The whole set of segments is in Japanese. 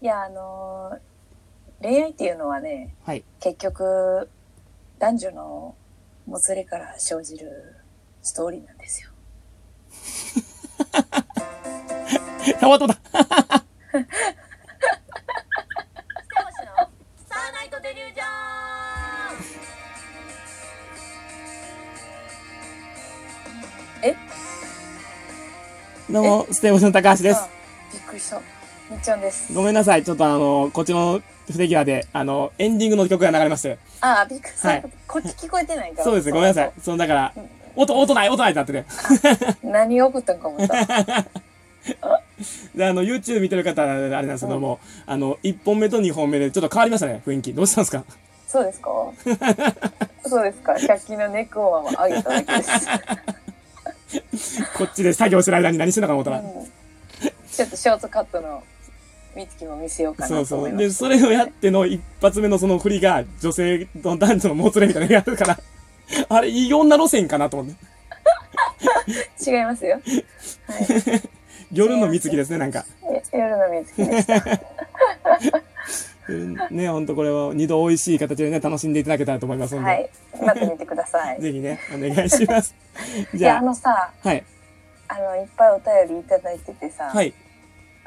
いや、あのー恋愛っていうのはね、はい結局、男女のもつれから生じるストーリーなんですよ。やばい止まった。サーナイトデリュージョどうも、ステーボスの高橋です。びっくりした。みっちゃんです。ごめんなさい。ちょっとあの、こっちの不手際で、あの、エンディングの曲が流れまして。あ、びっくりした。はいこっち聞こえてないから。そうですね。ごめんなさい。その、だから、音、音ない、音ないってなってて。何を送ったんか思 った。で、あの、YouTube 見てる方、あれなんですけども、あの、1本目と2本目でちょっと変わりましたね、雰囲気。どうしたんですかそう ですかそうですか。百均のネックオンは上げただけ です。こっちで作業してる間に何してんのかなと思ったら。うんちょっとショートカットの美月も見せようかそなうとそ。思いうます。で、それをやっての一発目のその振りが、女性の男女のもつれみたいなのやるから、あれ、いい女路線かなと思って。違いますよ。はい夜の貢ぎですね、なんか。え。夜の美月でした。うんね、ほんとこれを二度美味しい形でね、楽しんでいただけたらと思いますので、はい。待ってみてください。ぜひね、お願い します。いじや、あゃのさ、あ、はい、あの、いっぱいお便りいただいててさ、はい、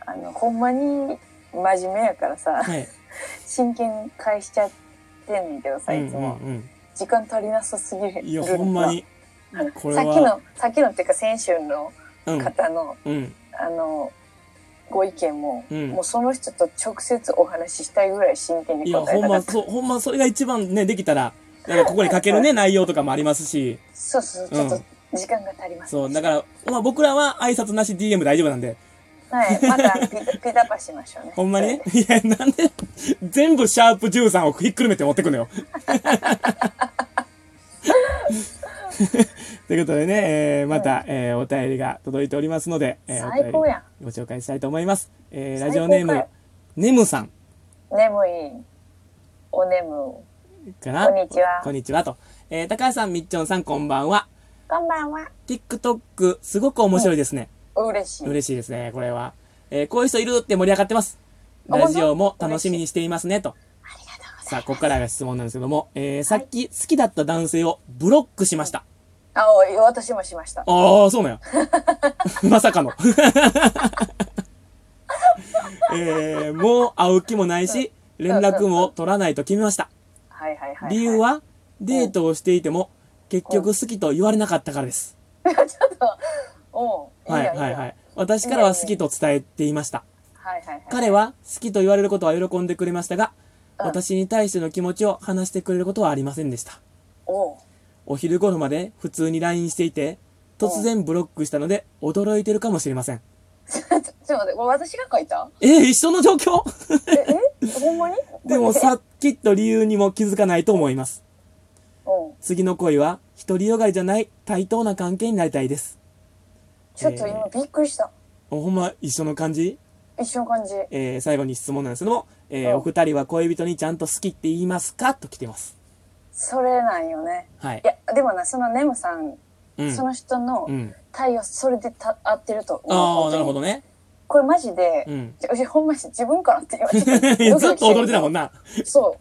あの、ほんまに真面目やからさ、はい。真剣に返しちゃってんねんけどうさ、いんつうも。ん時間足りなさすぎうる。ん。いや、ほんまに、これさっきは、の、さっきのっていうか先週のうん、方の、うん、あの、ご意見も、うんもうその人と直接お話ししたいぐらい真剣いにや、答えほんたかま、った。そう、ほんま、それが一番ね、できたら、なんかここに書けるね、内容とかもありますし、そうそう、ちょっと時間が足ります。そう、だから、まあ僕らは挨拶なし DM 大丈夫なんで、はい、またピタピタパしましょうね。 ほんまにね。いや、なんで、全部シャープ13をひっくるめて持ってく のよ。ということでね、えーまた、えーお便りが届いておりますので、えー最高やんお便りご紹介したいと思います。えー最高ラかジよオネーム、ネムさん眠い、お眠、かな。こんにちはこん。にちはと。えー高橋さん、みっちょんさん、こんばんは。こんばんは。 TikTok、すごく面白いですね。嬉しい。嬉しいですね、これは。えーこういう人いるって盛り上がってます。あラジオも本当楽しみにしていますね、と。ありがとうございさあ、ここからが質問なんですけども、えー、さっき好きだった男性をブロックしました。ます。あ、おい私もしました。ああ、そうなんや。 まさかの。 えー、もう会う気もないし、連絡も取らないと決めました。はいはいはい、はい。理由は、デートをしていても、結局好きと言われなかったからです。 おうはいいいやんはいいいやんはい。私からは好きと伝えていました。はいはいはい。彼は好きと言われることは喜んでくれましたが、うん私に対しての気持ちを話してくれることはありませんでした。おうお昼頃まで普通に LINE していて、突然ブロックしたので驚いてるかもしれません。ちょっと待って、これ私が書いたえー、一緒の状況え、えほんまに でも、えさっきと理由にも気づかないと思います。 おう次の恋は、独りよがりじゃない対等な関係になりたいです。ちょっと今びっくりした。おほんま、一緒の感じ一緒の感じ。えー、最後に質問なんですけども、えーうんお二人は恋人にちゃんと好きって言いますかと来てます。それなんよね。はいい。や、でもな、そのネムさん、うん。その人のうん。対応、それでた合ってると思う。ああ、なるほどね。これマジで、うん。うちほんまに自分からって言われ ずってと驚いてたもんな。な。そ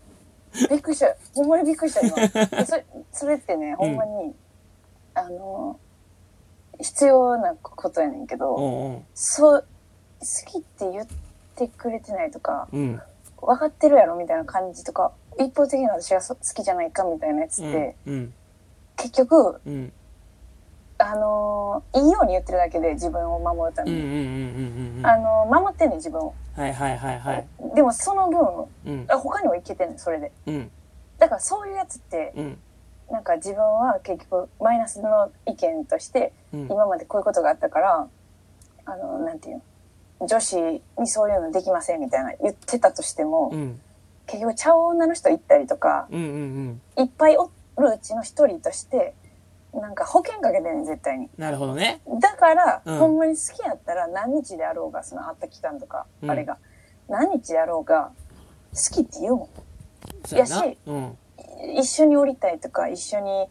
う。びっくりした。ほんまにびっくりした 今。えそれ、それってね、ほんまに、あの、必要なことやねんけうど、んうん。そう、好きって言ってくれてないとか、うん。分かってるやろみたいな感じとか、一方的に私がそ好きじゃないかみたいなやつって、うん。結局、うん。うん。あのーいいように言ってるだけで自分を守るたうめん。うん。に、うん。うん。あのー守ってんねん自分を、はいはいはいはい。でもその分うん。あ他にもいけてんねんそれでうん。だからそういうやつってうん。なんか自分は結局マイナスの意見としてうん。今までこういうことがあったからあのーなんていうの女子にそういうのできませんみたいな言ってたとしても、うん。結局ちゃう女の人行ったりとかうん。うん。いっぱいおるうちの一人としてなんか保険かけてんねん絶対に。なるほどね。だから、うんほんまに好きやったら何日であろうがその会った期間とか、うんあれが何日であろうが好きって言うもそうやなやし。うん。ん一緒に降りたいとか一緒に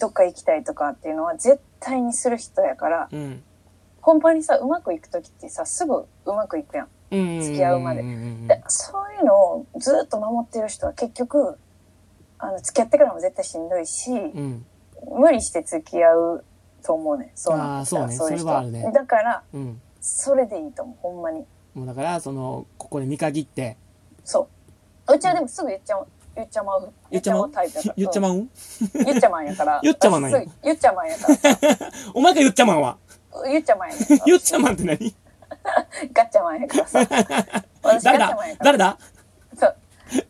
どっか行きたいとかっていうのは絶対にする人やからうん。ほんまにさ、うまくいくときってさ、すぐうまくいくやん。うん付き合うまでんんでそういうのをずっと守ってる人は結局、あの、付き合ってからも絶対しんどいし、うん無理して付き合うと思うねん。そうなってきたあーそうらそうねいう人それはあるねだから、うんそれでいいと思う、ほんまに。もうだからそのここで見限ってそう。うちはでもすぐ言っちゃう、言っちゃまう。言っちゃまうタイプだから。ゆっちゃまん、うん言っちゃまんやから。 言っちゃまんなんや私すぐ言っちゃまんや から。お前がゆっちゃまんは言っちゃまんやから。ゆっちゃまんって何ガッチャマンやから さ。私ガッチャ誰だマンやから。誰だそう。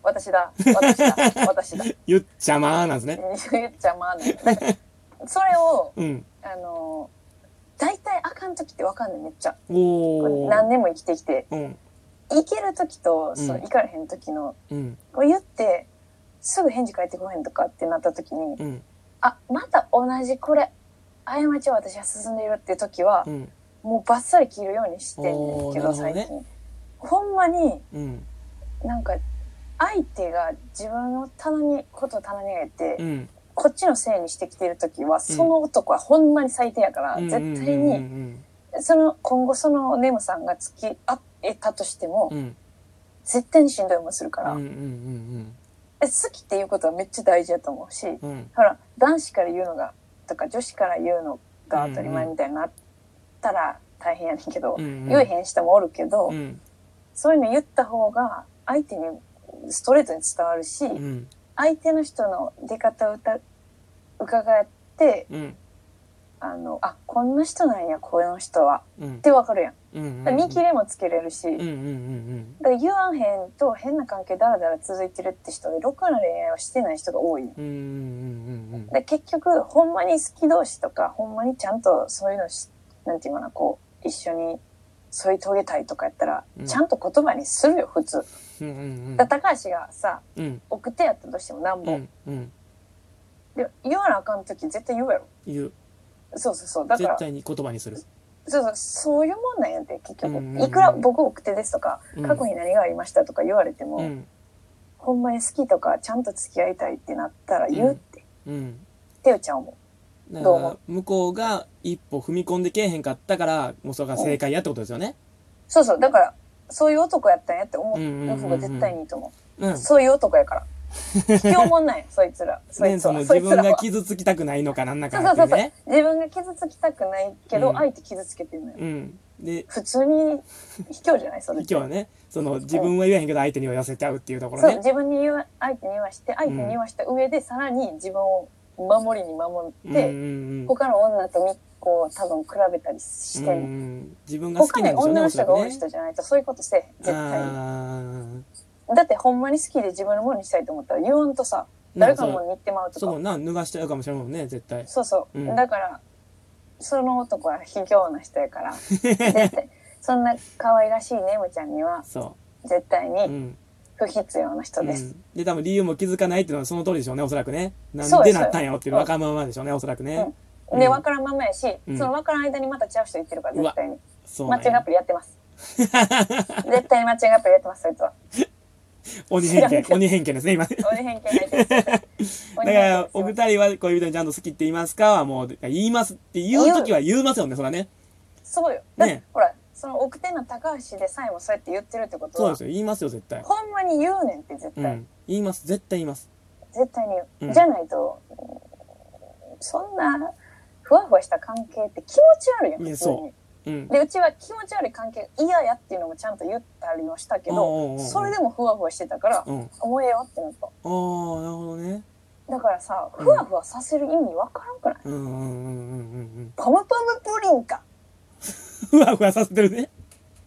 私だ。私だ。私だ。ゆっちゃまーなんですね言っちゃまんねん。なんかそれを、うんあのー、大体あかん時ってわかんない、めっちゃ。おお何年も生きてきて。うんいける時と、そうの、んいかれへん時の、うんこれ言って、すぐ返事返ってこへんとかってなった時に、うんあ、また同じこれ、過ちを私は進んでいるっていう時はう、んもうバッサリ切るようにしてんねんけおど、ーなるほどね最近。ほんまに、うんなんか、相手が自分の棚に、ことを棚に上げて、うんこっちのせいにしてきてる時は、その男はほんまに最低やから、うん絶対うんうに、んその、今後そのネムさんが付き合えたとしても、うんうん絶対にしんどいもんするかうんら、うんうんえ好きっていうことはめっちゃ大事やと思うし、うんうんほら、男子から言うのが、とか女子から言うのが当たり前みたいになったら大変やねんけど、うんうん言えへん人もおるけど、うんそういうの言った方が相手にストレートに伝わるし、うん相手の人の出方をうた伺って、うんあの、あ、こんな人なんや、この人は。うんってわかるやん。うんだから見切れもつけれるし、うんうんうんだから言わんへんと変な関係だらだら続いてるって人で、ろくな恋愛をしてない人が多いやん。うんうんうんうんうんで結局ほんまに好き同士とかほんまにちゃんとそういうのしなんていうかなこう一緒に添い遂げたいとかやったら、うんちゃんと言葉にするよ普通。うんうんうんだから高橋がさうん送ってやったとしてもなんうも、んうんで言わなあかん時絶対言うやろ。言うそうそうそうだか絶ら対に言葉にするそうそうそういうもんなんやって結局、うんうんうんいくら僕送ってですとかうん過去に何がありましたとか言われても、うんほんまに好きとかちゃんと付き合いたいってなったら言うって、うんてよちゃんもだどうから思向こうが一歩踏み込んでけえへんかったからもうそれが正解やってことですよねそうそうだからそういう男やったんやって思ううんうんうんうんの方が絶対にいいと思う。うんそういう男やから。卑怯もんなんや、 そいつら。そねいつそらのは。そ自いつ分らがは。傷つきたくないのかなんなそかうなそうってそいううそうね。自分が傷つきたくないけうど、ん相手傷つけてるのよ。うんで普通に卑怯じゃないそれ今って。日はねその自分は言えへんけど相手には寄せちゃうっていうところそう、ね自分に言わ、相手に言わして、相手に言わした上で、さらに自分を守りに守っうんうて、ん他の女とみっこを多分比べたりしうんてうる。ん自分が好他きになんでしょう女のねおそら人が多くいね人じゃないと、そういうことせえへん、絶対に。あだってほんまに好きで自分のものにしたいと思ったら、言わんとさ、ー誰かのものに行ってまうとかそう。な脱がしちゃうかもしれんもんね絶対そうそう、うんだからその男は卑怯な人やから絶対そんな可愛らしいネムちゃんにはそ絶対ううにん不必要な人うです、んで多分理由も気づかないっていうのはその通りでしょうねおそらくねなそんうでですなったんやろっていうわがままでしょうねおそらくねうんで分からんままやし、うんその分からん間にまたちゃう人言ってるからうわ絶対にそうマなッんチングアやプリやってます 絶対にマッチングアプリやってますそいつは鬼偏 見鬼偏見ですね今俺偏見ないですだから、お俺二偏見ないです人は恋人にちゃんと好きって言いますかはもう、言いますって言うときは言いますよね、それはね。そうよだって、ねほらその奥手な高橋でさえもそうやって言ってるってことそうはですよ、言いますよ、絶対。ほんまに言うねんって絶う対、ん。言います、絶対言います。絶対に言う、うんじゃないとうんそんなふわふわした関係って気持ち悪いやんいや普通にうん。でうちは気持ち悪い関係が嫌やっていうのもちゃんと言ったりもしたけおうおうおどうそれでもふわふわしてたから、うん。もうええよってなったあー、なるほどね。だからさうんふわふわさせる意味わからんくない、うんうんうんうんうんうん。 パムパムプリンか、ふわふわさせてるね。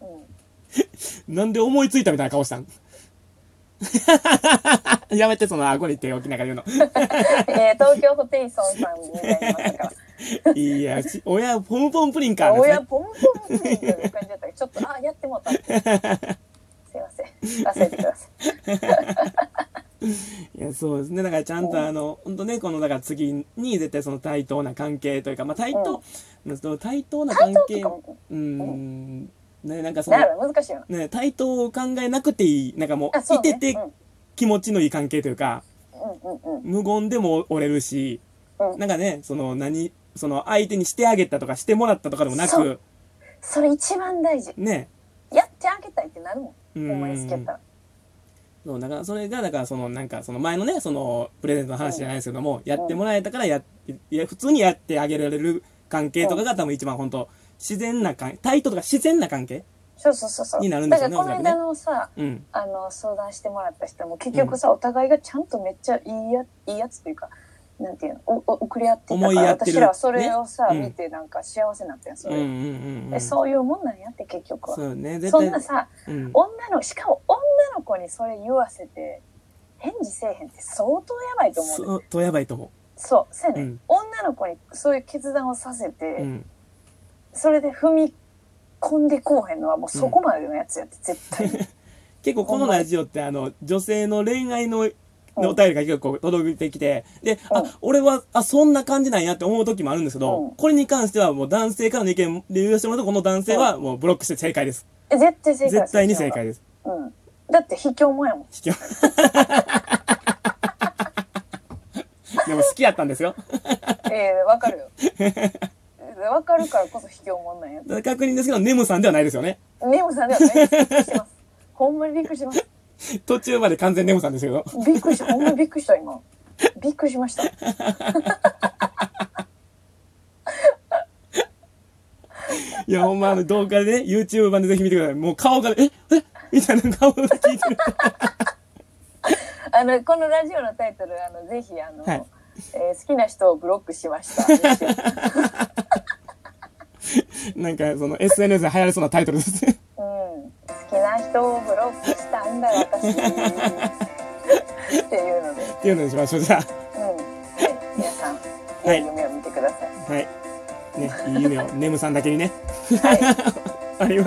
うん、なんで思いついたみたいな顔したん やめて、その、あごに手を置きながら言うえー東京ホテイソンさんみたいになった からの。いや、し親、ポンポンプリンか。あですね親ポムポムプリンっていう感じだったけどちょっとあやってもうたすいません忘れてくださ いいやそうですねだからちゃんとあの本当ねこのだから次に絶対その対等な関係というかまあ対等、その対等な関対等係とかもうーんねなんかそなのる難しいよなね対等を考えなくていいなんかもあそううねいてて気持ちのいい関係というかうんうんうん無言でも折れるしうんなんかねその何その相手にしてあげたとかしてもらったとかでもなそくそれ一番大事。ねやってあげたいってなるも。うんほんまに好きやったら。そうだからそれがだからそのなんかその前のねそのプレゼントの話じゃないですけども、やってもらえたからやいや普通にやってあげられる関係とかが多分一番本当自然な関対等とか自然な関係そうそうそうそう。になるんですよねだからこの間のさ、うんあの相談してもらった人も結局さ、お互いがちゃんとめっちゃいいやいいやつというかなんていうのおお送り合ってたか思いらやってる私らはそれをさ、ねうん見てなんか幸せになったやんそうんれ、うんうんうんえそういうもんなんやって結局はそうね絶そん対なさうん女のしかも女の子にそれ言わせて返事せえへんって相当やばいと思うねそうとやばいと思そうそうやね、うん女の子にそういう決断をさせて、う、うん、それで踏み込んでこうへんのはもうそこまでのやつや って絶対に、結構このラジオってあの女性の恋愛のうんのお便りが結構届いてきてで、うんあ俺はあそんな感じなんやって思う時もあるんですけど、うんこれに関してはもう男性からの意見で言わせてもらうとこの男性はもうブロックして正解ですえ絶対正解絶対に正解ですうん。だって卑怯もんやもん。卑怯 でも好きやったんですよええわかるよ。わかるからこそ卑怯もんなんや。確認ですけどネムさんではないですよねネモさんではない。びっくりしてます。ほんまにびっくりします。途中まで完全ネムさんですけどびっくりした。ほんまにびっくりした、今。びっくりしました。いやほんまあの動画でね YouTube 版でぜひ見てくださいもう顔がねええみたいな顔で聞いてるあの、このラジオのタイトル、あの、ぜひ、あの、はいえー好きな人をブロックしました。なんかその SNS で流行りそうなタイトルですねうん。好きな人をブロックしたんだ、私。っていうので、っていうのにしましょうじゃうあん。はい皆さん、良い夢を見てください。はいねいい夢をネムさんだけにねあります